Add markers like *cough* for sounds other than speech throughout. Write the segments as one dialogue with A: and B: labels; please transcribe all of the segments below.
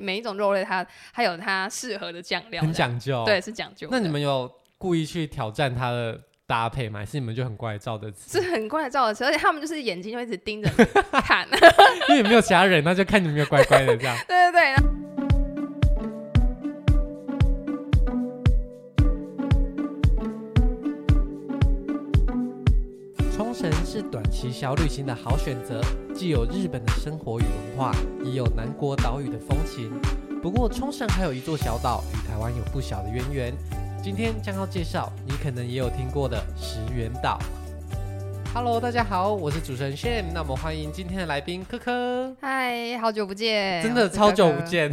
A: 每一种肉类它它有它适合的酱料，
B: 很讲究。哦
A: 对，，是讲究的。
B: 那你们有故意去挑战它的搭配吗？还是你们就很乖照着吃
A: 是？很怪照的吃，而且他们就是眼睛就一直盯着你
B: *laughs*
A: 看。对
B: *laughs* 因为没有其他人，那就看你们有乖乖的这样。
A: 对对，
B: *laughs* 冲绳是短期小旅行的好选择，既有日本的生活与文化，也有南国岛屿的风情。不过，冲绳还有一座小岛与台湾有不小的渊源。今天将要介绍你可能也有听过的石原岛。Hello，大家好，我是主持人 Shane。那我们欢迎今天的来宾科科，
A: 嗨，哎好久不见，
B: 真
A: 我
B: 的
A: 是
B: 超
A: 哥
B: 久
A: 哥
B: 不。见。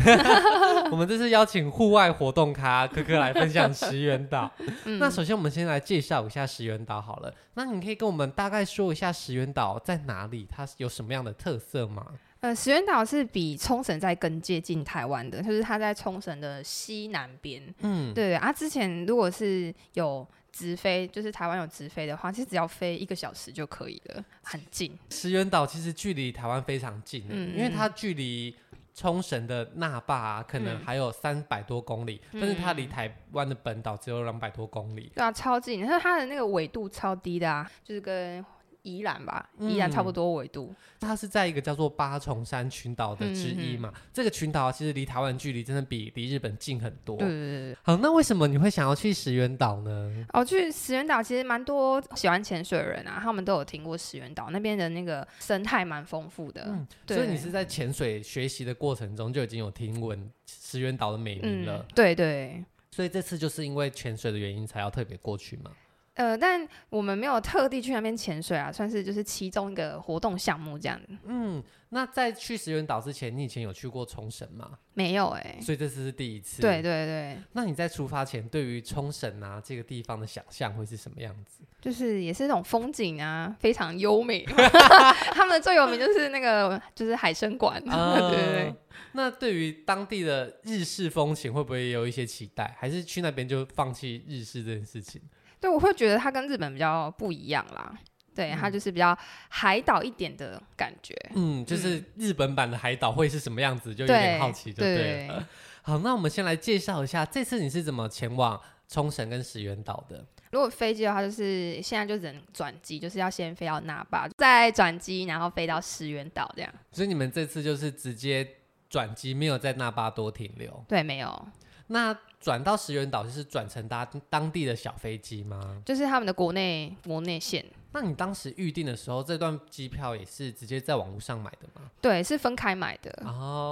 B: *laughs* 我们这次邀请户外活动咖科科来分享石原岛。
A: *laughs* 嗯
B: 那首先我们先来介绍一下石原岛好了。那你可以跟我们大概说一下石原岛在哪里，它有什么样的特色吗？
A: 呃，石原岛是比冲绳在更接近台湾的，就是它在冲绳的西南边。
B: 嗯，
A: 对对啊，之前如果是有直飞，就是台湾有直飞的话，其实只要飞一个小时就可以了，很近。
B: 石原岛其实距离台湾非常近、欸，
A: 嗯
B: 因为它距离冲绳的那霸、啊、可能
A: 嗯
B: 还有三百多公里，但是它离
A: 嗯
B: 台湾的本岛只有两百多公里。
A: 对啊，超近，但是它的那个纬度超低的啊，就是跟宜兰吧，宜兰差不
B: 嗯
A: 多纬度。
B: 它是在一个叫做八重山群岛的之一
A: 嗯
B: 嘛，这个群岛啊其实离台湾距离真的比离日本近很多。
A: 对对对对。
B: 好，那为什么你会想要去石原岛呢？
A: 哦，去石原岛其实蛮多喜欢潜水的人啊，他们都有听过石原岛那边的那个生态蛮丰富的。
B: 嗯，
A: 呃对
B: 所以你是在潜水学习的过程中就已经有听闻石原岛的美名了，
A: 嗯，对对。
B: 所以这次就是因为潜水的原因才要特别过去嘛。
A: 呃，但我们没有特地去那边潜水啊，算是就是其中一个活动项目这样。
B: 嗯，那在去石原岛之前，你以前有去过冲绳吗？
A: 没有哎、
B: 所以这次是第一次。
A: 对对。对，
B: 那你在出发前对于冲绳啊这个地方的想象会是什么样子？
A: 就是也是那种风景啊，非常优
B: *laughs*
A: 美。他们的最有名就是那个就是海参馆， *laughs* 对对对
B: 啊。那对于当地的日式风情会不会有一些期待？还是去那边就放弃日式这件事情？
A: 对，我会觉得它跟日本比较不一样啦。对，它就是比较海岛一点的感觉。
B: 嗯，就是日本版的海岛会是什么样子，就有点好奇，就
A: 对 *laughs*
B: 对了。好，那我们先来介绍一下，这次你是怎么前往冲绳跟石原岛的？
A: 如果飞机的话，就是现在就只能转机，就是要先飞到那霸，再转机，然后飞到石原岛这样。
B: 所以你们这次就是直接转机，没有在那霸多停留。
A: 对，没有，
B: 那转到石原岛就是转乘搭当地的小飞机吗？
A: 就是他们的国内国内线，
B: 那你当时预定的时候，这段机票也是直接在网络上买的吗？
A: 对，是分开买的。
B: 哦，，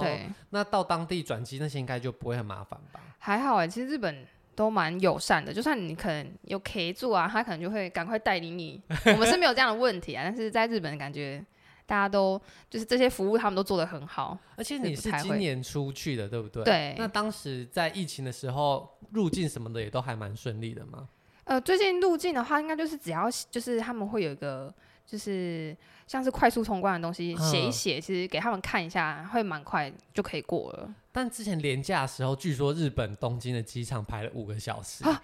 A: 呃对，
B: 那到当地转机那些应该就不会很麻烦吧？
A: 还好哎、其实日本。都蛮友善的，就算你可能有 K 住啊，他可能就会赶快带领你。我们是没有这样的问题啊，但是在日本感觉大家都就是这些服务他们都做得很好。
B: 而且
A: 是
B: 你
A: 不
B: 是
A: 太
B: 今
A: 会
B: 年出去的，对不对？
A: 对
B: 那当时在疫情的时候，入境什么的也都还蛮顺利的嘛。
A: 呃，最近入境的话，应该就是只要就是他们会有一个就是像是快速通关的东西写一
B: 嗯
A: 写，其实给他们看一下，会蛮快就可以过了。
B: 但之前廉价的时候，据说日本东京的机场排了五个小时，
A: 啊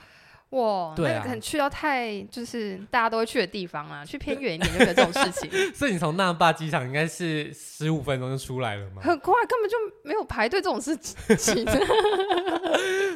A: 哇，
B: 对
A: 那
B: 啊
A: 可能去到太就是大家都会去的地方啊，去偏远一点就有这种事情，
B: 所以你从那霸机场应该是十五分钟就出来了嘛。
A: 很快根本就没有排队这种事情。 *laughs*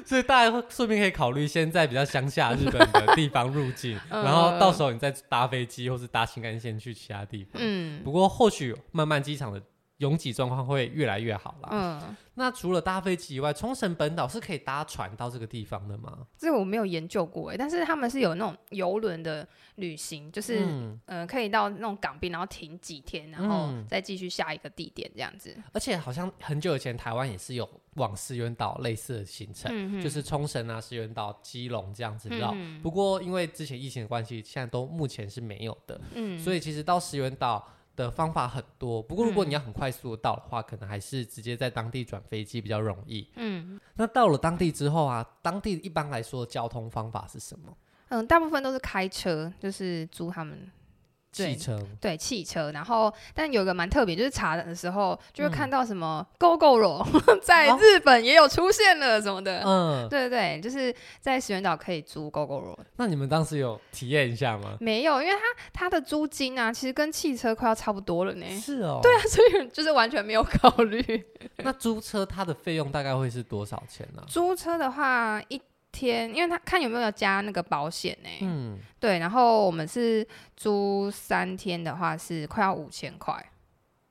B: 所以大家会顺便可以考虑先在比较乡下日本的地方入境，
A: *laughs* 嗯
B: 然后到时候你再搭飞机或是搭新干线去其他地方。
A: 嗯
B: 不过或许慢慢机场的拥挤状况会越来越好啦。
A: 嗯，
B: 那除了搭飞机以外，冲绳本岛是可以搭船到这个地方的吗？
A: 这个我没有研究过哎，但是他们是有那种游轮的旅行，就是、
B: 嗯，
A: 呃可以到那种港边，然后停几天，然后
B: 嗯
A: 再继续下一个地点这样子。
B: 而且好像很久以前台湾也是有往石原岛类似的行程，
A: 嗯
B: 就是冲绳啊、石原岛、基隆这样子绕。
A: 嗯
B: 不过因为之前疫情的关系，现在都目前是没有的，
A: 嗯，
B: 所
A: 以
B: 以其实到石原岛。的方法很多，不过如
A: 嗯
B: 果你要很快速的到的话，可能还是直接在当地转飞机比较容易。
A: 嗯
B: 那到了当地之后啊，当地一般来说交通方法是什么？
A: 嗯，大部分都是开车，就是租他们对
B: 汽车
A: 对汽车，然后但有一个蛮特别，就是查的时候就会看到什么 GoGoRo *laughs* 在
B: 嗯哦
A: 日本也有出现了什么的，
B: 嗯，
A: 对对对，就是在石原岛可以租 GoGoRo，
B: 那你们当时有体验一下吗？
A: 没有，因为它它的租金啊，其实跟汽车快要差不多了呢， *laughs*
B: 是哦，对啊。
A: 所以哎就是完全没有考虑
B: 那租车它的费用大概会是多少钱呢、
A: 租车的话一。天，因为他看有没有要加那个保险呢、
B: 嗯，
A: 对，然后我们是租三天的话是快要五千块，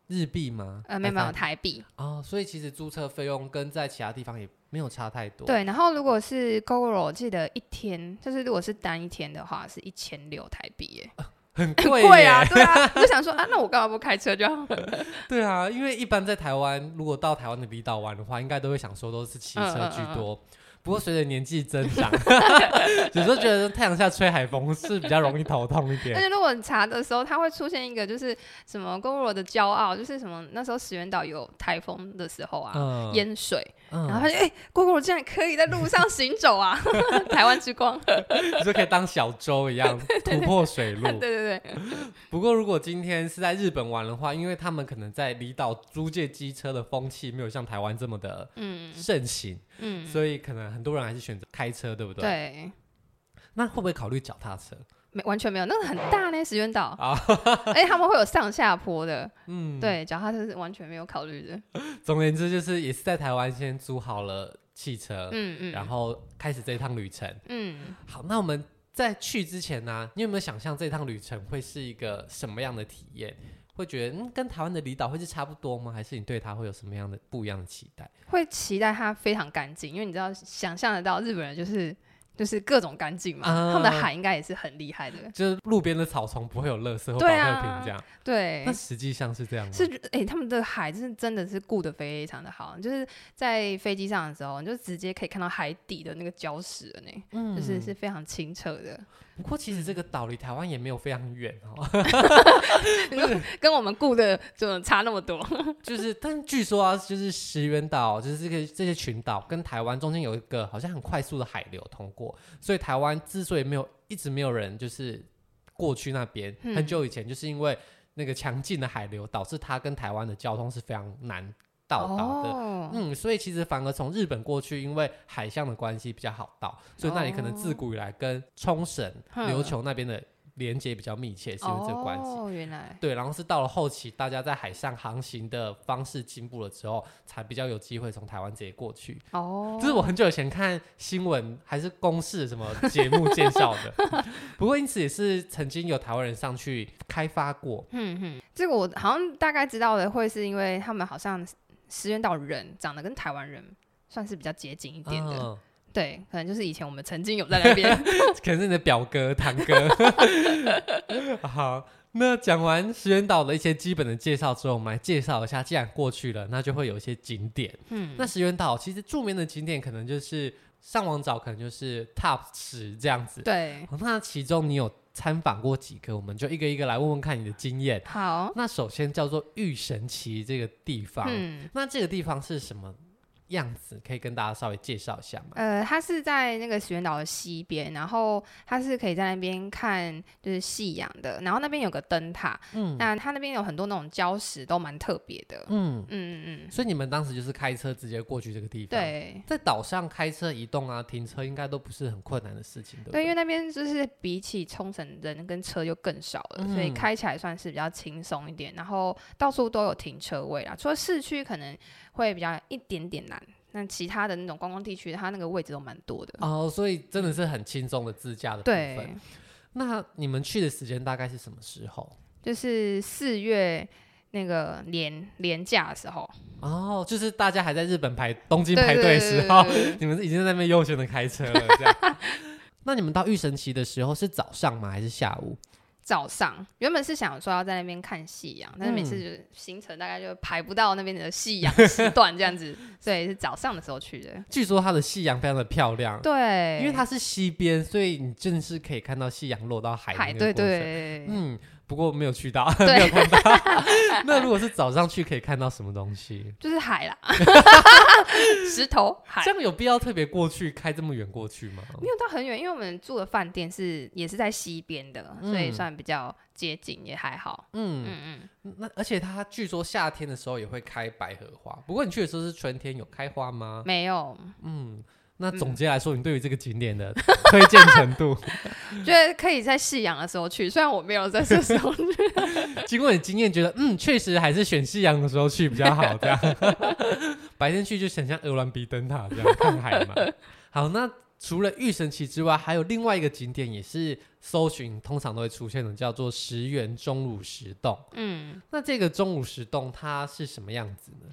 B: 日币吗？
A: 呃，没有没有
B: 还是
A: 台币，
B: 哦，所以其实租车费用跟在其他地方也没有差太多。，
A: 对，然后如果是 GoGo，记得一天，就是如果是单一天的话，是一千六台币耶，
B: 很
A: 很
B: 贵
A: 贵
B: 耶
A: 啊，对啊，我就想说啊，那我干嘛不开车就好了？
B: *laughs* 对啊，因为一般在台湾，如果到台湾的离岛玩的话，应该都会想说都是骑车居
A: 嗯
B: 多。不过随着年纪增长， *laughs* 有时候觉得太阳下吹海风是比较容易头痛
A: *laughs*
B: 一
A: 而
B: 点。
A: 且如果你查的时候，它会出现一个就是什么 GoGo 的骄傲，就是什么那时候石原岛有台风的时候啊，
B: 嗯，
A: 淹水，
B: 嗯
A: 然后他就哎、GoGo 竟然可以在路上行走啊， *laughs* 台湾之
B: 哦
A: 光，
B: 你就可以当小舟一样突破水
A: *laughs* 对
B: 路。
A: 对对，
B: 不过如果今天是在日本玩的话，因为他们可能在离岛租借机车的风气没有像台湾这么的
A: 嗯
B: 盛行，
A: 嗯，
B: 所以可能很多人还是选择开车，对不对？。
A: 对。
B: 那会不会考虑脚踏车？
A: 没完全没有，那个很大呢，石原岛
B: 啊，
A: 而且他们会有上下坡的，
B: 嗯，。
A: 对，脚踏车是完全没有考虑的。
B: 总而言之，就是也是在台湾先租好了汽车，
A: 嗯嗯，
B: 然后开始这趟旅程。
A: 嗯，
B: 好，那我们在去之前呢、你有没有想象这趟旅程会是一个什么样的体验？会觉得嗯，跟台湾的离岛会是差不多吗？还是你对它会有什么样的不一样的期待？
A: 会期待它非常干净，因为你知道，想象得到日本人就是就是各种干净嘛，
B: 啊
A: 他们的海应该也是很厉害的。
B: 就是路边的草丛不会有垃圾或保
A: 对
B: 特
A: 啊
B: 瓶这样，
A: 对
B: 那、，实际上是这样吗？
A: 是哎、他们的海真是真的是顾得非常的好，就是在飞机上的时候，你就直接可以看到海底的那个礁石了呢，
B: 嗯
A: 就是是非常清澈的，
B: 不过其实这个岛离台湾也没有非常远哦， *laughs*
A: 跟我们顾的就差那么多。
B: 就是但据说啊，就是石原岛，就是这个这些群岛跟台湾中间有一个好像很快速的海流通过，所以台湾之所以没有一直没有人就是过去那边，
A: 嗯
B: 很久以前就是因为那个强劲的海流导致它跟台湾的交通是非常难到达的。
A: 哦，
B: 嗯，所以其实反而从日本过去，因为海象的关系比较好到，所以那里可能自
A: 哦
B: 古以来跟冲绳、
A: 哼
B: 琉球那边的连接比较密切，是因为这个关系。
A: 哦，原来
B: 对，然后是到了后期，大家在海上航行的方式进步了之后，才比较有机会从台湾直接过去。
A: 哦，
B: 这是我很久以前看新闻还是公视什么节目介绍的， *laughs* 不过因此也是曾经有台湾人上去开发过。
A: 嗯哼，这个我好像大概知道的，会是因为他们好像石原岛人长得跟台湾人算是比较接近一点的，
B: 嗯，
A: 对，可能就是以前我们曾经有在那 *laughs* 边，
B: 可能是你的表哥、堂哥。 *laughs* 好，那讲完石原岛的一些基本的介绍之后，我们来介绍一下，既然过去了，那就会有一些景点。
A: 嗯，
B: 那石原岛其实著名的景点可能就是上网找，可能就是 Top 十这样子。
A: 对，
B: 好那其中你有参访过几个？我们就一个一个来问问看你的经验。
A: 好，
B: 那首先叫做玉神崎这个地方，
A: 嗯，
B: 那这个地方是什么样子？可以跟大家稍微介绍一下吗？
A: 呃，它是在那个石原岛的西边，然后它是可以在那边看就是夕阳的，然后那边有个灯塔，
B: 嗯
A: 那它那边有很多那种礁石，都蛮特别的，
B: 嗯，
A: 嗯嗯嗯，
B: 所以你们当时就是开车直接过去这个地方。，
A: 对。
B: 在岛上开车移动啊、停车应该都不是很困难的事情，对不
A: 对，因为
B: 对？
A: 那边就是比起冲绳人跟车就更少了，所以
B: 嗯
A: 开起来算是比较轻松一点。然后到处都有停车位啦，除了市区可能会比较一点点难，那其他的那种观光地区，它那个位置都蛮多的。
B: 哦，所以真的是很轻松的自驾的部
A: 对
B: 分。，那你们去的时间大概是什么时候？
A: 就是四月那个年年假的时候，
B: 哦，就是大家还在日本排东京
A: 对
B: 排
A: 对
B: 队
A: 对
B: 的时
A: 对
B: 候，
A: 对对
B: 你们已经在那边悠闲的开车了，这样。 *laughs* 那你们到玉神崎的时候是早上吗？还是下午？
A: 早上原本是想说要在那边看夕阳，但是每
B: 嗯
A: 次就是行程大概就排不到那边的夕阳时段这样子， *laughs* 所以是早上的时候去的。
B: 据说它的夕阳非常的漂亮，
A: 对，
B: 嗯因为它是西边，所以你正是可以看到夕阳落到海。
A: 海对。对，
B: 嗯，不过没有去到， *laughs*
A: 对
B: 没有看到。 *laughs* 那如果是早上去，可以看到什么东西？
A: 就是海啦，石头海
B: 这。样有必要特别过去开这么远过去吗？
A: 没有到很远，因为我们住的饭店是也是在西边的，所以
B: 嗯
A: 算比较接近，也还好。
B: 嗯，
A: 嗯嗯，
B: 那而且它据说夏天的时候也会开百合花，不过你去的时候是春天，有开花吗？
A: 没有，
B: 嗯，那
A: 嗯
B: 总结来说，你对于这个景点的推荐程度，
A: 觉得可以在夕阳的时候去，虽然我没有在这时候去。 *laughs*
B: 经过你经验，觉得嗯，确实还是选夕阳的时候去比较好，这样白天去就想像鹅銮鼻灯塔这样看海嘛。好，那除了玉神旗之外，还有另外一个景点也是搜寻通常都会出现的，叫做石原钟乳石洞。
A: 嗯，
B: 那这个钟乳石洞它是什么样子呢？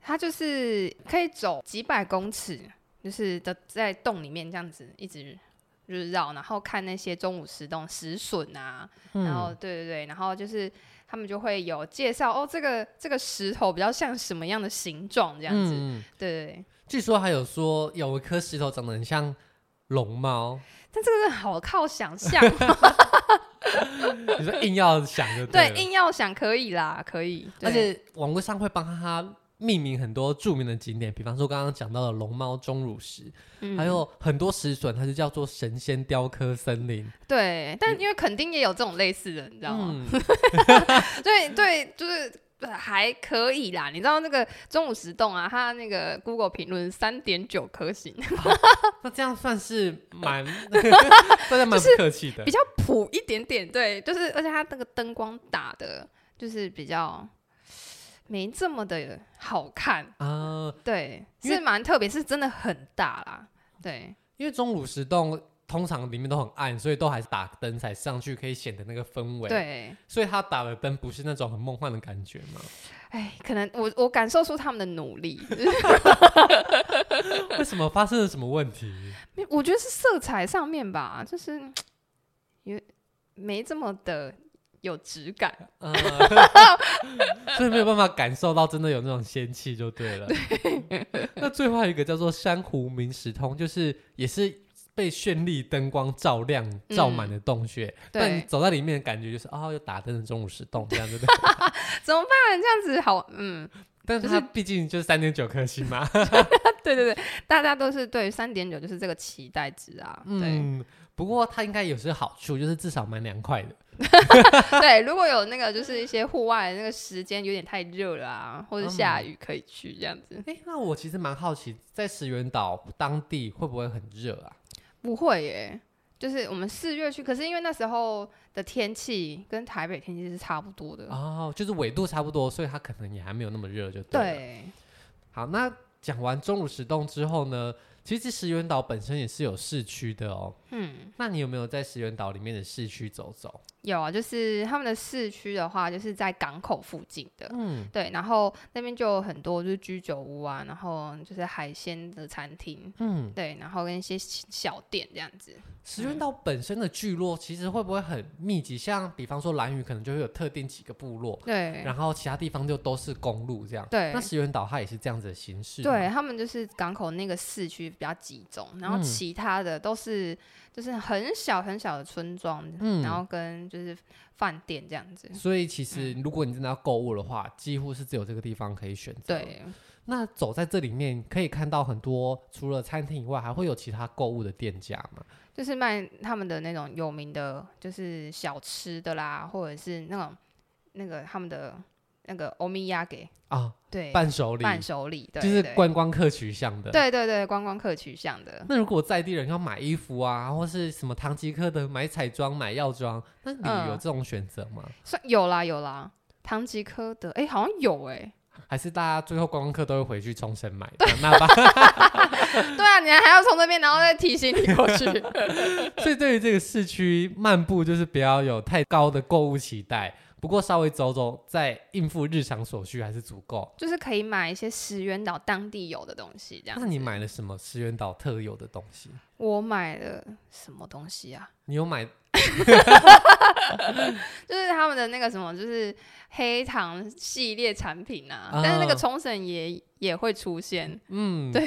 A: 它就是可以走几百公尺，就是的在洞里面这样子一直就是绕，然后看那些中午石洞石笋啊，然后
B: 嗯
A: 对对对，然后就是他们就会有介绍哦，这个这个石头比较像什么样的形状这
B: 这
A: 样子，
B: 嗯、
A: 对对对。
B: 据说还有说有一颗石头长得很像龙猫，
A: 但这个真的好靠想象，
B: 你说硬要想就
A: 对，
B: 了。
A: 硬要想可以啦，可以，对
B: 而且网络上会帮它命名很多著名的景点，比方说刚刚讲到的龙猫钟乳石，
A: 嗯
B: 还有很多石笋，它是叫做神仙雕刻
A: *laughs*
B: 森林，
A: 对，但因为肯定也有这种类似的，你知道吗？
B: 嗯，
A: 对对，就是。呃还可以啦，你知道那个中午石洞啊，它那个 Google 评论三点九颗星， *laughs*
B: 那这样算是蛮，大家蛮不客气的
A: 比。较普一点点，对，就是而且它那个灯光打的，就是比较没这么的好看，
B: 啊，
A: 对，
B: 因为
A: 是蛮特别，是真的很大啦，对，
B: 因为钟乳石洞通常里面都很暗，所以都还是打灯才上去，可以显得那个氛围。，
A: 对，
B: 所以它打的灯不是那种很梦幻的感觉嘛？
A: 哎，可能我我感受出他们的努力，
B: 为什么发生了什么问题？
A: 我觉得是色彩上面吧，就是有没这么的有质感， *laughs*
B: 呃所以没有办法感受到真的有那种仙气就对了。那最后还有一个叫做珊瑚明石通，就是也是被绚丽灯光照亮、照满的洞穴，但你
A: 嗯对，
B: 走在里面的感觉就是哦，又打灯的中午石洞这样
A: *laughs*
B: 子。
A: 怎么办？这样子好，嗯， *laughs*
B: 但是
A: 就是
B: 它毕竟就是三点九颗星
A: *laughs*
B: 嘛，
A: 对对对，大家都是对三点九就是这个期待值啊，对、
B: 嗯。不过它应该有些好处，就是至少蛮凉快的。
A: 对，如果有那个就是一些户外那个时间有点太热了啊，
B: 嗯
A: 或者下雨可以去这样子，
B: 哎，那我其实蛮好奇，在石原岛当地会不会很热啊？
A: 不会耶。就是我们四月去，可是因为那时候的天气跟台北天气是差不多的，
B: 哦，就是纬度差不多，所以它可能也还没有那么热，就对了。啊
A: 对，
B: 好，那讲完钟乳石洞之后呢，其实石原岛本身也是有市区的哦。
A: 嗯，
B: 那你有没有在石原岛里面的市区走走？
A: 有啊，就是他们的市区的话，就是在港口附近的，
B: 嗯，
A: 对，然后那边就有很多就是居酒屋啊，然后就是海鲜的餐厅，
B: 嗯，
A: 对，然后跟一些小小店这样子，
B: 石原岛本身的聚落其实会不会很密集？像比方说兰屿可能就会有特定几个部落，
A: 对，
B: 然后其他地方就都是公路这样。
A: 对
B: 那石原岛它也是这样子的形式。
A: 对，他们就是港口那个市区比较集中，然后
B: 嗯
A: 其他的都是就是很小很小的村庄，
B: 嗯哦
A: 然后跟就是饭店这样子，
B: 所以其实
A: 嗯
B: 如果你真的要购物的话，几乎是只有这个地方可以选择。。
A: 对，
B: 那走在这里面可以看到很多，除了餐厅以外，还会有其他购物的店家嘛？
A: 就是卖他们的那种有名的，就是小吃的啦，或者是那种那个他们的那个欧米亚给，
B: 啊，
A: 对，
B: 伴手礼，
A: 伴手礼，对，
B: 就是
A: 对
B: 观光客取向的。。
A: 对对对观光客取向的，
B: 那如果在地人要买衣服啊，或是什么唐吉诃德买彩妆、买药妆，那你有
A: 嗯
B: 这种选择
A: *laughs*
B: 吗？
A: 算有啦有啦，唐吉诃德，哎、好像有哎、
B: 还是大家最后观光客都会回去冲绳买？ *laughs*
A: *laughs*
B: 那吧。
A: 对啊，你还要从那边然后再提醒你过去， *laughs*
B: 所以对于这个市区漫步，就是不要有太高的购物期待。不过稍微走走，在应付日常所需还是足够。
A: 就是可以买一些石原岛当地有的东西这样
B: 那
A: 子。
B: 你买了什么石原岛特有的东西？
A: 我买了什么东西啊？
B: 你有买
A: 就是他们的那个什么，就是黑糖系列产品啊，
B: 啊
A: 但是那个冲绳也也会出现，*laughs*
B: 嗯，
A: 对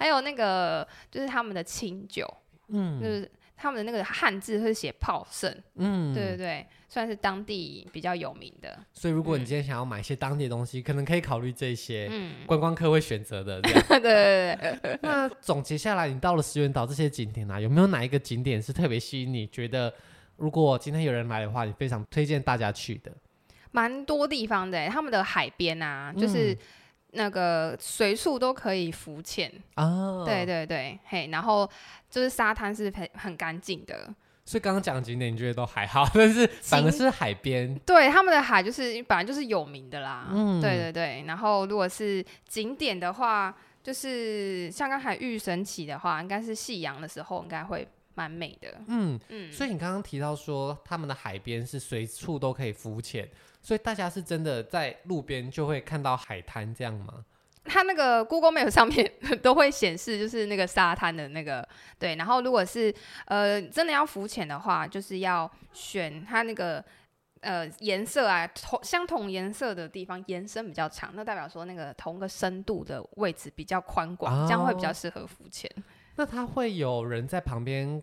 A: 还有那个就是他们的清酒，
B: 嗯，
A: 就是他们的那个汉字会写泡盛，
B: 嗯，
A: 对对对，算是当地比较有名的。 *laughs*
B: 所以如果你
A: 嗯
B: 今天想要买一些当地的东西，可能可以考虑这些
A: 嗯，
B: 观光客会选择的。这样
A: 对对对对，
B: 那总结下来，你到了石原岛这些景点啊，有没有哪一个景点是特别吸引你？觉得如果今天有人来的话，你非常推荐大家去的？
A: 蛮多地方的欸，他们的海边啊，就是
B: 嗯
A: 那个随处都可以浮潜，
B: 啊，
A: 对。对对，嘿，然后就是沙滩是很很干净的，
B: 所以刚刚讲的景点你觉得都还好，但是反而是海边，
A: 对，他们的海就是本来就是有名的啦，
B: 嗯
A: 对对对，然后如果是景点的话，就是像刚才玉神起的话，应该是夕阳的时候应该会蛮美的，
B: 嗯，
A: 嗯，
B: 所以你刚刚提到说他们的海边是随处都可以浮潜，所以大家是真的在路边就会看到海滩这样吗？
A: 它那个 Google Map 上面 *laughs* 都会显示，就是那个沙滩的那个对。然后如果是呃真的要浮潜的话，就是要选它那个呃颜色啊，同相同颜色的地方延伸比较长，那代表说那个同个深度的位置比较宽广，这样会比较
B: 哦
A: 适合浮潜。
B: 那他会有人在旁边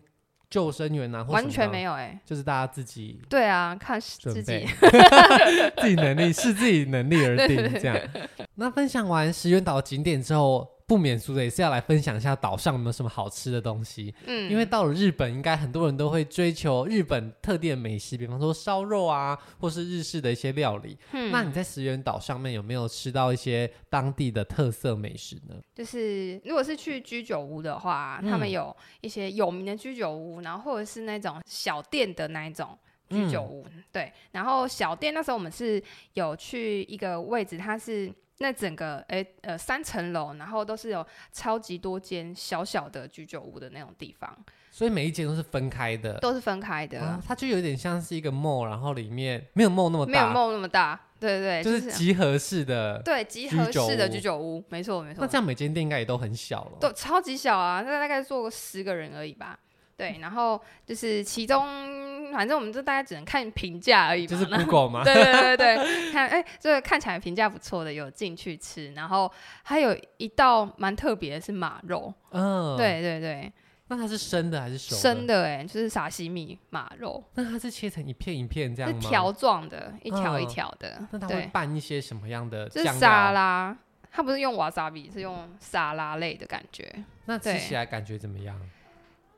B: 救生员啊，或
A: 完全没
B: 有，
A: 有哎、
B: 就是大家自己
A: 对啊，看是自
B: 准
A: 己
B: 备。， *laughs* 自己能力是自己能力而定这样。 *laughs* 那分享完石原岛景点之后，不免俗的也是要来分享一下岛上有没有什么好吃的东西。
A: 嗯，
B: 因为到了日本，应该很多人都会追求日本特定的美食，比方说烧肉啊，或是日式的一些料理。
A: 嗯
B: 那你在石原岛上面有没有吃到一些当地的特色美食呢？
A: 就是如果是去居酒屋的话，他们
B: 嗯
A: 有一些有名的居酒屋，然后或者是那种小店的那一种居
B: 嗯
A: 酒屋，对。然后小店那时候我们是有去一个位置，它是那整个诶呃三层楼，然后都是有超级多间小小的居酒屋的那种地方，
B: 所以每一间都是分开的，
A: 都是分开的，
B: 啊它就有点像是一个 mall，然后里面没有 mall 那么
A: 没有
B: 大，
A: 梦那么大，对对对，
B: 就
A: 就是
B: 集合式的。
A: 对集
B: 居
A: 合
B: 酒
A: 式的
B: 屋
A: 居酒屋，没错没错。
B: 那这样每间店应该也都很小了。
A: 都超级小啊，那大概坐个十个人而已吧。
B: 嗯
A: 对，然后就是其中，反正我们就大概只能看评价而已嘛。
B: 就是
A: 那
B: Google
A: *laughs*
B: 嘛，
A: 对对对对
B: *laughs*
A: 对，看哎，这个看起来评价不错的有进去吃，然后还有一道蛮特别的是马肉，
B: 嗯，。
A: 对对对，
B: 那它是生的还是熟的？
A: 生。的哎、就是沙西米马肉，
B: 那它是切成一片一片这样
A: 是
B: 吗？
A: 条状的，一条一
B: 嗯
A: 条的，
B: 那它会
A: 对，
B: 拌一些什么样的啊
A: 就是
B: 酱
A: 沙
B: 料？
A: 拉，它不是用瓦萨比，是用沙拉类的感觉。
B: 那吃
A: 对
B: 起来感觉怎么样？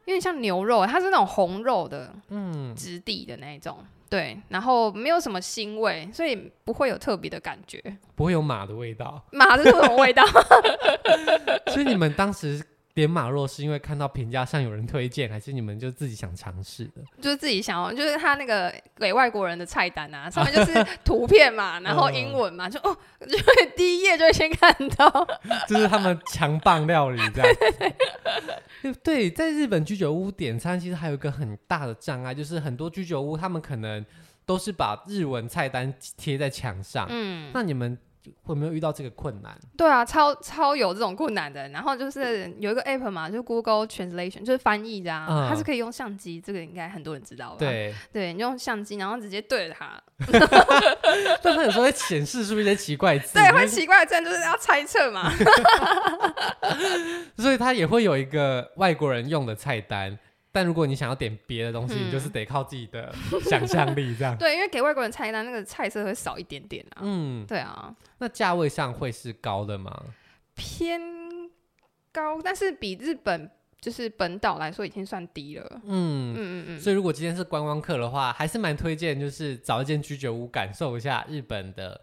A: 有点像牛肉，它是那种红肉的，
B: 嗯
A: 嗯，质地的那一种，对，然后没有什么腥味，所以不会有特别的感觉。。
B: 不会有马的味道
A: 马的是什么味道？ *laughs*
B: *laughs* 所以你们当时点马肉是因为看到评价上有人推荐，还是你们就自己想尝试的？
A: 就是自己想要，就是他那个给外国人的菜单啊，上面就是图片嘛，然后英文嘛，就哦，就会第一页就会先看到。
B: 就是他们强棒料理这样。 *laughs* 对，在日本居酒屋点餐其实还有一个很大的障碍，就是很多居酒屋他们可能都是把日文菜单贴在墙上。
A: 嗯，
B: 那你们会没有遇到这个困难？
A: 对啊，超超有这种困难的。然后就是有一个 app 嘛，就是 Google Translation，就是翻译的啊，
B: 嗯
A: 它是可以用相机，这个应该很多人知道吧？，
B: 对，
A: 对，你用相机，然后直接对着它，
B: 但它有时候会显示出一些奇怪字，
A: 对，
B: 因
A: 会
B: 为
A: 奇怪的，这样就是要猜测
B: *laughs*
A: 嘛。
B: 所以它也会有一个外国人用的菜单。但如果你想要点别的东西，
A: 嗯
B: 你就是得靠自己的想象力这样。
A: 对，因为给外国人菜单，那个菜色会少一点点啊。
B: 嗯，
A: 对啊，
B: 那价位上会是高的吗？
A: 偏高，但是比日本就是本岛来说已经算低了。嗯
B: 嗯，
A: 嗯嗯，
B: 所以如果今天是观光客的话，还是蛮推荐就是找一间居酒屋，感受一下日本的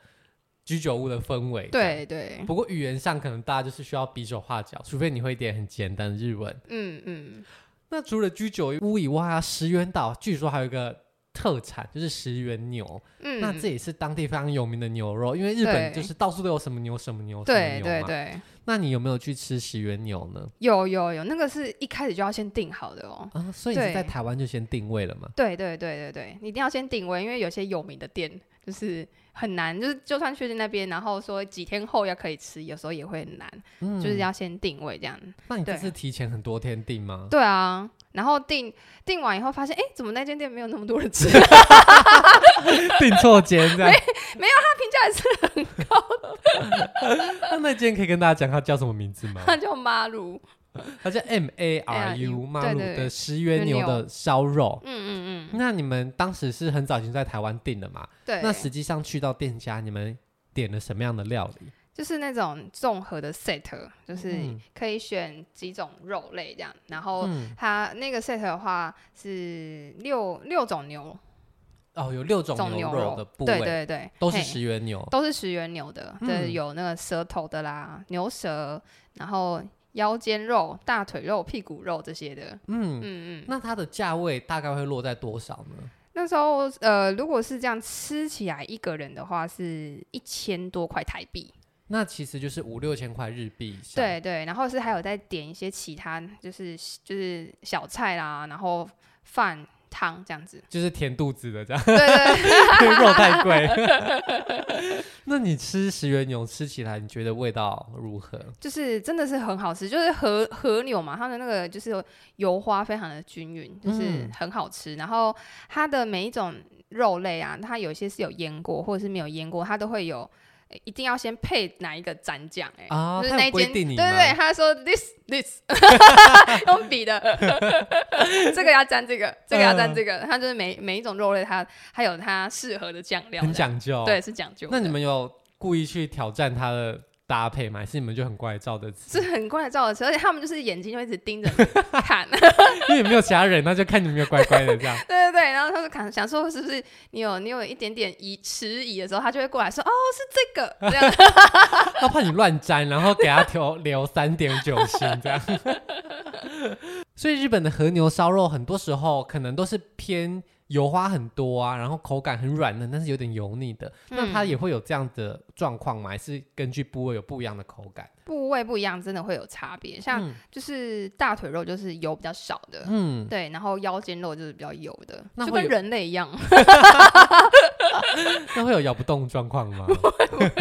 B: 居酒屋的氛围。
A: 对对
B: 这样。，不过语言上可能大家就是需要比手画脚，除非你会一点很简单的日文。
A: 嗯嗯，
B: 那除了居酒屋以外啊，石原岛据说还有一个特产就是石原牛，
A: 嗯，
B: 那这也是当地非常有名的牛肉，因为日本
A: 对
B: 就是到处都有什么牛什么牛什么啊
A: 对
B: 牛
A: 对
B: 嘛。
A: 对，
B: 那你有没有去吃石原牛呢？
A: 有有有，那个是一开始就要先定好的哦。
B: 啊，所以你是
A: 对
B: 在台湾就先定位了吗？
A: 对对对对对，你一定要先定位，因为有些有名的店就是很难，就是就算去那边，然后说几天后要可以吃，有时候也会很难，
B: 嗯，
A: 就是。要先定位这样。
B: 那你这
A: 对
B: 次提前很多天定吗？
A: 对啊，然后订订完以后发现，哎，怎么那间店没有那么多人
B: *laughs*
A: 吃？
B: 订错间这样。
A: 评价也是
B: *laughs*
A: *laughs*
B: 那那间可以跟大家讲它叫什么名字吗？
A: 他叫马鲁，
B: 它叫 M A R U 马鲁
A: 对
B: 的
A: 对
B: 石原牛的烧肉。
A: 嗯嗯嗯，
B: 那你们当时是很早已经在台湾订了嘛？
A: 对，
B: 那实际上去到店家，你们点了什么样的料理？
A: 就是那种综合的 set，就是
B: 嗯
A: 可以选几种肉类这样，然后
B: 嗯，
A: 它那个 set 的话是六六种牛
B: 哦，有六种
A: 种
B: 牛
A: 肉
B: 肉的部位，
A: 对对对，
B: 都是
A: 嘿嗯
B: 石原牛。
A: 都是十元牛的，
B: 嗯
A: 对，有那个舌头的啦，牛舌，然后腰间肉、大腿肉、屁股肉这些的。
B: 嗯，
A: 嗯嗯，
B: 那它的价位大概会落在多少呢？
A: 那时候呃，如果是这样吃起来一个人的话，是一千多块台币。
B: 那其实就是五六千块日币以上。
A: 对对，然后是还有再点一些其他，就是就是小菜啦，然后饭汤这样子。 *laughs*
B: 就是填肚子的这样，
A: 对对对，
B: *laughs* 肉太贵。 *laughs* 那你吃石原牛吃起来，你觉得味道如何？
A: 就是真的是很好吃，就是和和牛嘛，它的那个就是油花非常的均匀，就是
B: 嗯
A: 很好吃。然后它的每一种肉类啊，它有些是有腌过，或者是没有腌过，它都会有。呃一定要先配哪一个蘸酱、欸？哎、
B: 啊
A: 就是
B: 它有
A: 那一
B: 规
A: 间，对
B: 定你
A: 对
B: 吗
A: 对，他说 this this，用笔的， *laughs* 这个要蘸这个，这个要
B: 嗯
A: 蘸这个，它就是每每一种肉类它它有它适合的酱料，
B: 很讲究。哦
A: 对，，是讲究的。
B: 那你们有故意去挑战它的搭配吗？还是你们就很乖照着吃
A: 是？很乖的照着吃，而且他们就是眼睛就一直盯着你看，对。
B: 因为没有其他人，那就看你们有乖乖的这 *laughs* 样
A: *laughs* 对对，然后他们看想说是不是你有你有一点点疑迟疑的时候，他就会过来说哦是这个这样，
B: 他怕你乱沾，然后给他留留三点九星这样。 *laughs* 所以日本的和牛烧肉很多时候可能都是偏油花很多啊，然后口感很软嫩，但是有点油腻的。 *laughs* 那它
A: 嗯
B: 也会有这样的状况吗？还是根据部位有不一样的口感？
A: 部位不一样，真的会有差别。像
B: 嗯
A: 就是大腿肉就是油比较少的，
B: 嗯，
A: 对，然后腰间肉就是比较油的，
B: 那
A: 就
B: 会
A: 跟
B: 有
A: 人类一样。 *laughs*
B: 那会有咬不动状况吗？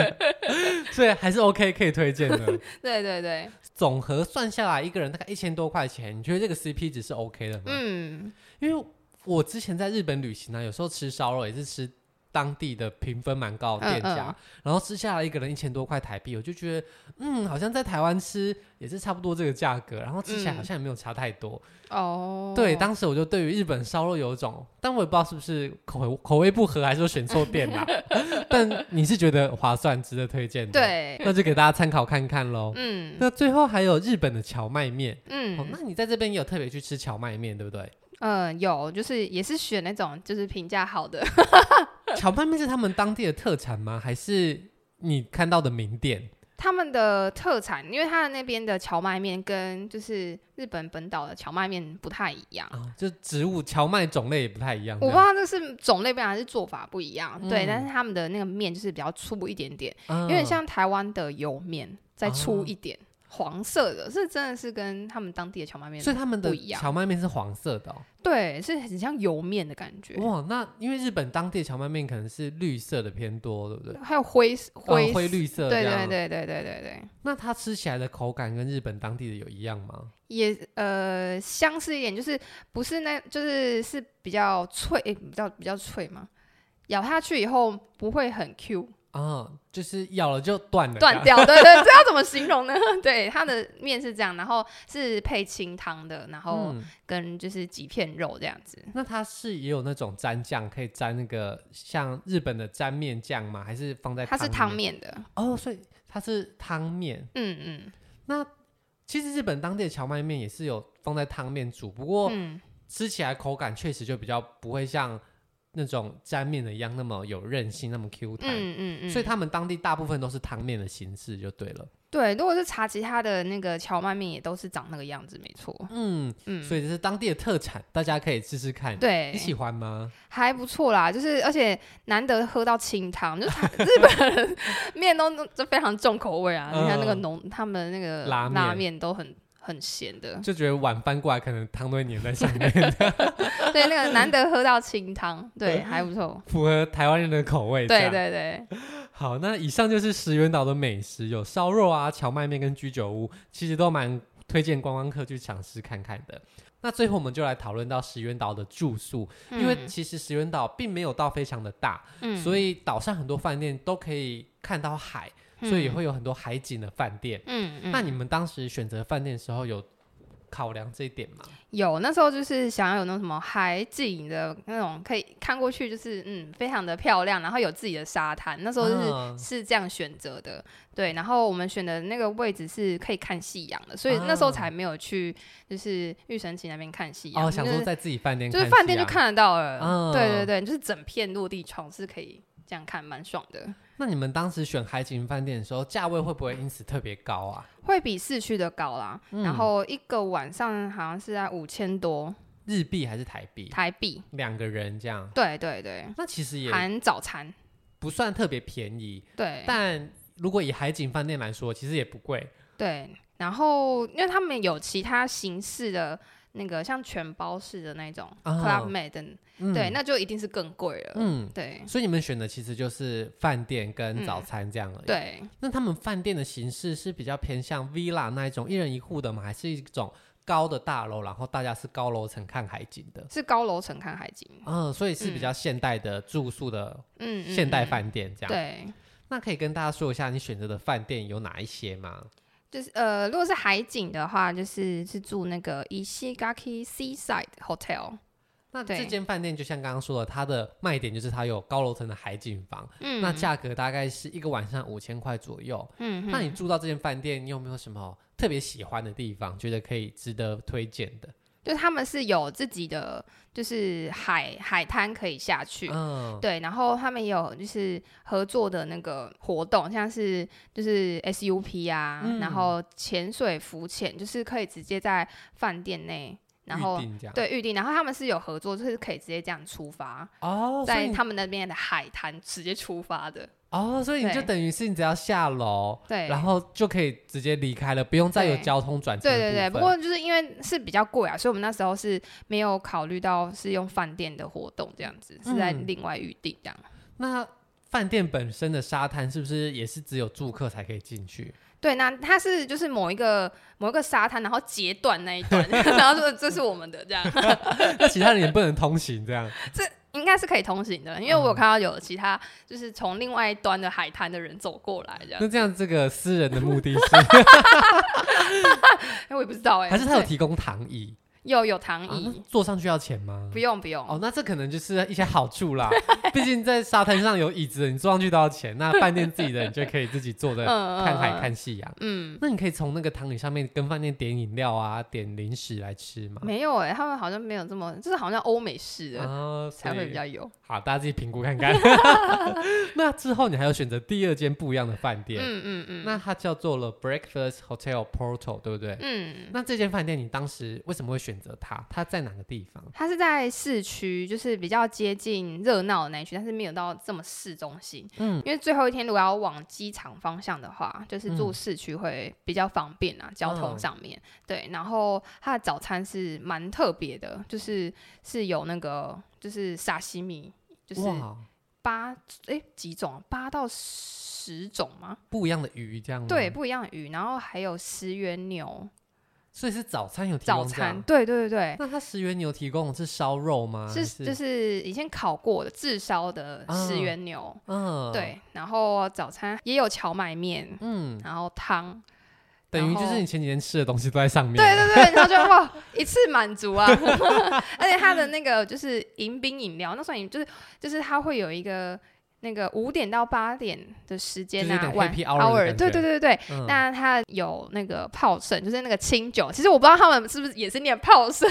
B: *laughs* 所以还是 OK 可以推荐的。
A: 对对对，
B: 总和算下来，一个人大概一千多块钱，你觉得这个 CP 值是 OK 的吗？
A: 嗯，
B: 因为我之前在日本旅行呢、啊有时候吃烧肉也是吃当地的评分蛮高哦的店家，
A: 嗯嗯
B: 然后吃下来一个人一千多块台币，我就觉得，嗯，好像在台湾吃也是差不多这个价格，然后吃起来
A: 嗯
B: 好像也没有差太多。
A: 哦，
B: 对，当时我就对于日本烧肉有一种，但我也不知道是不是口味口味不合，还是我选错店
A: *laughs*
B: 啦、但你是觉得划算，值得推荐的，，
A: 对，
B: 那就给大家参考看看喽。
A: 嗯
B: 那最后还有日本的荞麦面，哦，
A: 嗯
B: 那你在这边也有特别去吃荞麦面，对不
A: *laughs*
B: 对？
A: 嗯，有就是也是选那种就是评价好的，
B: 荞麦面是他们当地的特产吗？还是你看到的名店？
A: 他们的特产，因为他的那边的荞麦面跟就是日本本岛的荞麦面不太一样。
B: 啊、就植物荞麦种类也不太一样。
A: 我不知
B: 这样
A: 道这是种类不一样还是做法不一样，对，
B: 哦嗯
A: 但是他们的那个面就是比较粗一点点，
B: 嗯
A: 有点像台湾的油面，再
B: 哦
A: 粗一点，黄色的，是真的是跟他们当地的荞麦面
B: 所，以他们的
A: 不一样
B: 荞麦面是黄色的、哦。
A: 对，是很像油面的感觉，
B: 哇，那因为日本当地的荞麦面可能是绿色的偏多，对不对？
A: 还有灰
B: 灰、
A: 灰
B: 哦灰，绿色这
A: 对
B: 样。
A: 对对对对对对，
B: 那它吃起来的口感跟日本当地的有一样吗？
A: 也呃相似一点，就是不是那，就是是比较脆，诶比较比较脆嘛，咬下去以后不会很 Q，
B: 啊、就是咬了就断了。
A: 断。掉，对对，这要怎么形容呢？ *laughs* 对，它的面是这样，然后是配清汤的，然后
B: 嗯，
A: 跟就是几片肉这样子。
B: 那它是也有那种蘸酱，可以蘸那个像日本的蘸面酱吗？还是放在
A: 它是
B: 里
A: 汤
B: 面
A: 面的，
B: 哦，所以它是汤面。
A: 嗯嗯
B: 那其实日本当地的荞麦面也是有放在汤面煮，不过
A: 嗯，
B: 吃起来口感确实就比较不会像那种沾面的一样那么有韧性，那么 Q 弹。
A: 嗯嗯嗯，
B: 所以他们当地大部分都是汤面的形式就对了。
A: 对，如果是查其他的那个荞麦面也都是长那个样子，没错，
B: 嗯，
A: 嗯，
B: 所以这是当地的特产，大家可以试试看。
A: 对，
B: 你喜欢吗？
A: 还不错啦，就是而且难得喝到清汤，就是他 *laughs* 日本
B: *laughs*
A: 人面都都非常重口味啊。
B: 嗯
A: 你看那个浓，他们那个
B: 拉面，
A: 面都很很咸的
B: 就觉得碗翻过来可能汤都会粘在上
A: *laughs*
B: 面，
A: 对，那个难得喝到清汤，对，还不
B: *laughs*
A: 错。
B: 符合台湾人的口味。这
A: 对
B: 样
A: 对对，
B: 好，那以上就是石原岛的美食，有烧肉啊、荞麦面跟居酒屋，其实都蛮推荐观光客去尝试看看的。那最后我们就来讨论到石原岛的住宿， *laughs* 因为其实石原岛并没有到非常的大，
A: 嗯
B: 所以岛上很多饭店都可以看到海，所以也
A: 嗯
B: 会有很多海景的饭店。
A: 嗯嗯，
B: 那你们当时选择饭店的时候有考量这一点吗？
A: 有那时候就是想要有那种什么海景的那种，可以看过去就是嗯，非常的漂亮，然后有自己的沙滩。那时候就是、
B: 嗯
A: 是这样选择的，对。然后我们选的那个位置是可以看夕阳的，所以那时候才没有去就是玉神旗那边看夕阳。
B: 啊哦，想
A: 啊就
B: 说
A: 是
B: 在自己饭店
A: 就是饭店
B: 夕
A: 就
B: 阳。
A: 看得到了，
B: 嗯
A: 对对对，就是整片落地窗是可以这样看，蛮爽的。
B: 那你们当时选海景饭店的时候，价位会不会因此特别高啊？
A: 会比市区的高啦，
B: 嗯
A: 然后一个晚上好像是在五千多
B: 日币还是台币？
A: 台币，
B: 两个人这样，
A: 对对对，
B: 那其实也
A: 含早餐，
B: 不算特别便宜，
A: 对
B: 但如果以海景饭店来说，其实也不贵。
A: 对。然后因为他们有其他形式的那个像全包式的那种
B: 啊
A: club mate 的，
B: 嗯
A: 对，，那就一定是更贵了，
B: 嗯，
A: 对
B: 所以你们选的其实就是饭店跟
A: 嗯
B: 早餐这样而已。。
A: 对。
B: 那他们饭店的形式是比较偏向 villa 那一种一人一户的吗？还是一种高的大楼，然后大家是高楼层看海景的？
A: 是高楼层看海景，
B: 嗯，所以是比较现代的住宿的
A: 嗯，嗯
B: 现代
A: 嗯
B: 饭店这样。
A: 对，
B: 那可以跟大家说一下你选择的饭店有哪一些吗？
A: 就是呃，如果是海景的话，就是是住那个 Ishigaki Seaside Hotel，
B: 那
A: 对
B: 这间饭店就像刚刚说的，它的卖点就是它有高楼层的海景房，
A: 嗯，
B: 那价格大概是一个晚上五千块左右。
A: 嗯，
B: 那你住到这间饭店，你有没有什么特别喜欢的地方？觉得可以值得推荐的？
A: 就是他们是有自己的，就是海海滩可以下去。
B: 嗯，
A: 对，然后他们也有就是合作的那个活动，像是就是 SUP 啊，
B: 嗯
A: 然后潜水、浮潜，就是可以直接在饭店内，然后
B: 预定这样
A: 对预定，然后他们是有合作，就是可以直接这样出发，
B: 哦，所以
A: 在
B: 你
A: 他们那边的海滩直接出发的。
B: 哦，所以你就
A: 对
B: 等于是你只要下楼，
A: 对，
B: 然后就可以直接离开了，不用再有
A: 对
B: 交通转乘
A: 对
B: 的
A: 对对，
B: 部
A: 不过
B: 分
A: 就是因为是比较贵啊，所以我们那时候是没有考虑到是用饭店的活动这样子，是在
B: 嗯
A: 另外预定这样。
B: 那饭店本身的沙滩是不是也是只有住客才可以进去？ *laughs*
A: 对，那它是就是某一个某一个沙滩，然后截断那一
B: *laughs*
A: 段，然后说这是我们的这样，
B: 那其他人也不能通行这样？
A: 应该是可以通行的，因为我
B: 嗯
A: 有看到有其他就是从另外一端的海滩的人走过来这样，
B: 那这样这个私人的目的
A: *laughs*
B: 是
A: 哎，我也不知道哎、
B: 还是他有
A: 对
B: 提供躺椅？
A: 有有躺
B: 啊那
A: 椅，
B: 坐上去要钱吗
A: 不？用不用，
B: 哦，那这可能就是一些好处啦。 *laughs* 毕竟在沙滩上有椅子，你坐上去都要钱。那饭店自己的，你就可以自己坐
A: *laughs*
B: 着
A: 嗯嗯
B: 看海
A: 嗯
B: 看啊夕阳。
A: 嗯，
B: 那你可以从那个躺椅上面跟饭店点饮料啊，点零食来吃吗？
A: 没有哎、他们好像没有这么，就是好像欧美式的、
B: 啊，
A: 才
B: 所
A: 会
B: 以
A: 比较有，
B: 好，大家自己评估看
A: *laughs*
B: 看。那之后你还有选择第二间不一样的饭店，
A: 嗯嗯嗯，
B: 那它叫做了 Breakfast Hotel Porto，对不对？
A: 嗯。
B: 那这间饭店你当时为什么会选择它？它在哪个地方？
A: 它是在市区，就是比较接近热闹的那一区，但是没有到这么市中心。
B: 嗯
A: 嗯，因为最后一天如果要往机场方向的话，就是住
B: 嗯
A: 市区会比较方便啊，交
B: 嗯
A: 通上面。对，然后它的早餐是蛮特别的，就是是有那个就是沙西米，就是
B: 哇，
A: 八诶几种啊，八到十种吗？
B: 不一样的鱼这样吗？
A: 对，，不一样的鱼，然后还有十元牛
B: 所以是早餐有提
A: 早
B: 供这
A: 餐，
B: 样。
A: 对对对对。
B: 那它十元牛提供的是烧肉吗？还
A: 是就是以前烤过的炙烧的
B: 啊
A: 十元牛，
B: 嗯，，
A: 对，然后早餐也有荞麦面，
B: 嗯，
A: 然后汤， *laughs*
B: 等于就是你前几天吃的东西都在上面。
A: 对对对，然后就哇一次满足啊！ *laughs* 而且它的那个就是迎宾饮料，那算饮就是就是它会有一个那个五点到八点的时间
B: 就是有
A: 啊，
B: 点
A: 晚
B: happy hour 的感
A: 对
B: 觉
A: 对对对。
B: 嗯
A: 那它有那个泡盛，就是那个清酒。其实我不知道他们是不是也是念泡
B: *laughs*
A: 盛，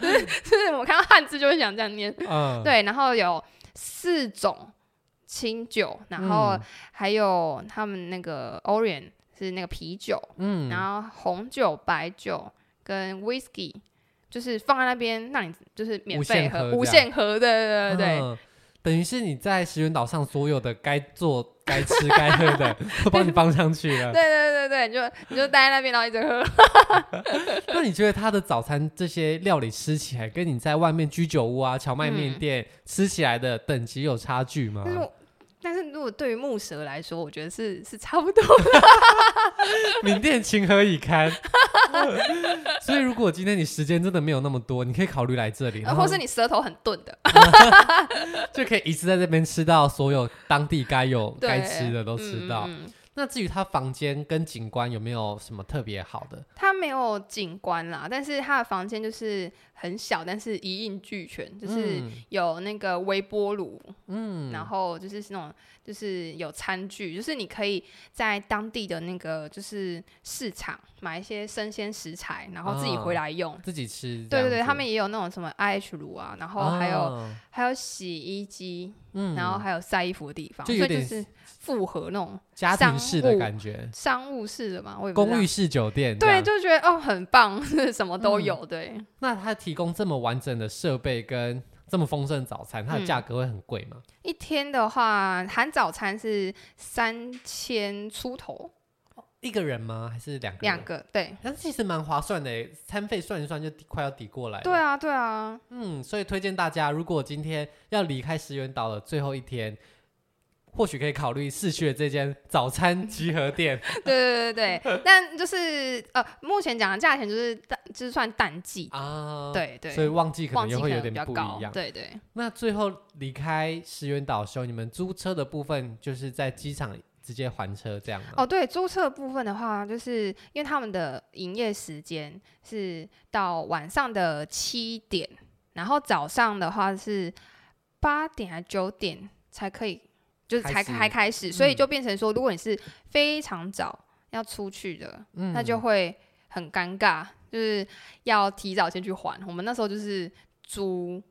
A: 就是就是我看到汉字就会想这样念。
B: 嗯，
A: 对，然后有四种清酒，然后
B: 嗯
A: 还有他们那个 Orient 是那个啤酒，
B: 嗯，
A: 然后红酒、白酒跟 Whisky，就是放在那边让你就是免
B: 无
A: 费
B: 限喝
A: 喝，
B: 这
A: 无
B: 样
A: 限喝，对对对对对
B: 嗯等于是你在石原岛上所有的该做、 *laughs* 该吃、该喝的都帮你放上去了。
A: 对对对对，你就你就待在那边然后一直
B: *laughs*
A: 喝。
B: 那你觉得他的早餐这些料理吃起来，跟你在外面居酒屋啊、荞麦面店、吃起来的等级有差距吗
A: 但？嗯是我但是如果对于木蛇来说，我觉得是是差不多。
B: 名店情何以堪？ *laughs* 所以如果今天你时间真的没有那么多，你可以考虑来这里，然
A: 然
B: 后
A: 后呃是你舌头很钝的，
B: 就可以一次在这边吃到所有当地该有、
A: 对
B: 该吃的都吃到。
A: 嗯嗯嗯
B: 那至于它房间跟景观有没有什么特别好的？
A: *laughs* 它没有景观啦，但是它的房间就是很小，但是一应俱全，就是
B: 嗯
A: 有那个微波炉，
B: 嗯，
A: 然后就是那种就是有餐具，就是你可以在当地的那个就是市场买一些生鲜食材，然后自己回来用。
B: 自己吃啊这
A: 对
B: 样子。
A: 对对，他们也有那种什么 IH 炉啊，然后还有、
B: 啊
A: 还有洗衣机，
B: 嗯
A: 然后还有晒衣服的地方，
B: 就
A: 所
B: 有
A: 以就
B: 点
A: 是复合那种
B: 家庭式的
A: 商务
B: 感觉，
A: 商务式的嘛，我也不知道
B: 公寓式酒店这
A: 对，
B: 样。嗯
A: 就觉得哦很棒， *laughs* 就是什么都有，对。
B: 那它提供这么完整的设备跟这么丰盛的早餐，它的
A: 嗯
B: 价格会很贵吗？
A: 一天的话，含早餐是三千出头，
B: 一个人吗？还是两个人？
A: 两个对。
B: 但是其实蛮划算的耶，餐费算一算就抵快要抵过来了。
A: 对啊，对
B: *laughs*
A: 啊，
B: 嗯，所以推荐大家，如果今天要离开石原岛的最后一天，或许可以考虑市区的这间早餐集合店。
A: 对对对对对。 *laughs* 但就是呃，目前讲的价钱就是淡，就是算淡季，
B: 啊，，
A: 对对。
B: 所以旺季可
A: 旺
B: 能
A: 季
B: 又
A: 可
B: 会有
A: 能
B: 点
A: 比较
B: 不
A: 高
B: 一，样。
A: 对对
B: 那最后离开石原岛的时候，你们租车的部分就是在机场直接还车这样吗？
A: 哦，对，租车部分的话，就是因为他们的营业时间是到晚上的七点，然后早上的话是八点还九点才可以，就是才
B: 开始
A: 才开始，所以
B: 嗯
A: 就变成说，如果你是非常早要出去的，
B: 嗯
A: 那就会很尴尬，就是要提早先去还。我们那时候就是租，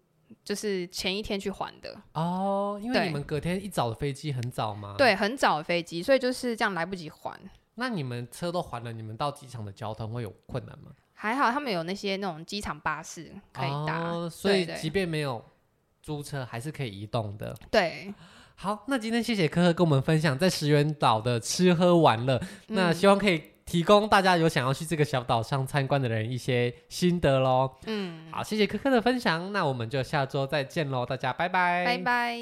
A: 就是前一天去还的，
B: 哦，因为
A: 对
B: 你们隔天一早的飞机很早嘛。。
A: 对，很早的飞机，所以就是这样来不及还。
B: 那你们车都还了，你们到机场的交通会有困难吗？
A: 还好他们有那些那种机场巴士可以搭，
B: 哦，所以
A: 对对
B: 即便没有租车，还是可以移动的。
A: 对，
B: 好，那今天谢谢科科跟我们分享在石原岛的吃喝玩乐，
A: 嗯
B: 那希望可以提供大家有想要去这个小岛上参观的人一些心得喽。
A: 嗯，嗯
B: 好，谢谢科科的分享，那我们就下周再见喽，大家拜拜，
A: 拜。拜。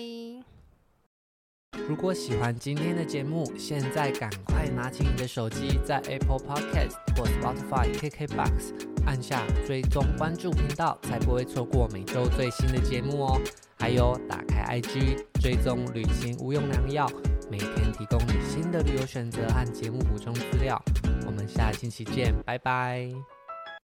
B: 如果喜欢今天的节目，现在赶快拿起你的手机，在 Apple Podcast 或 Spotify、KKBox 按下追踪关注频道，才不会错过每周最新的节目哦。还有，打开 IG 追踪旅行无用良药，每天提供你新的旅游选择和节目补充资料。我们下星期见，拜拜。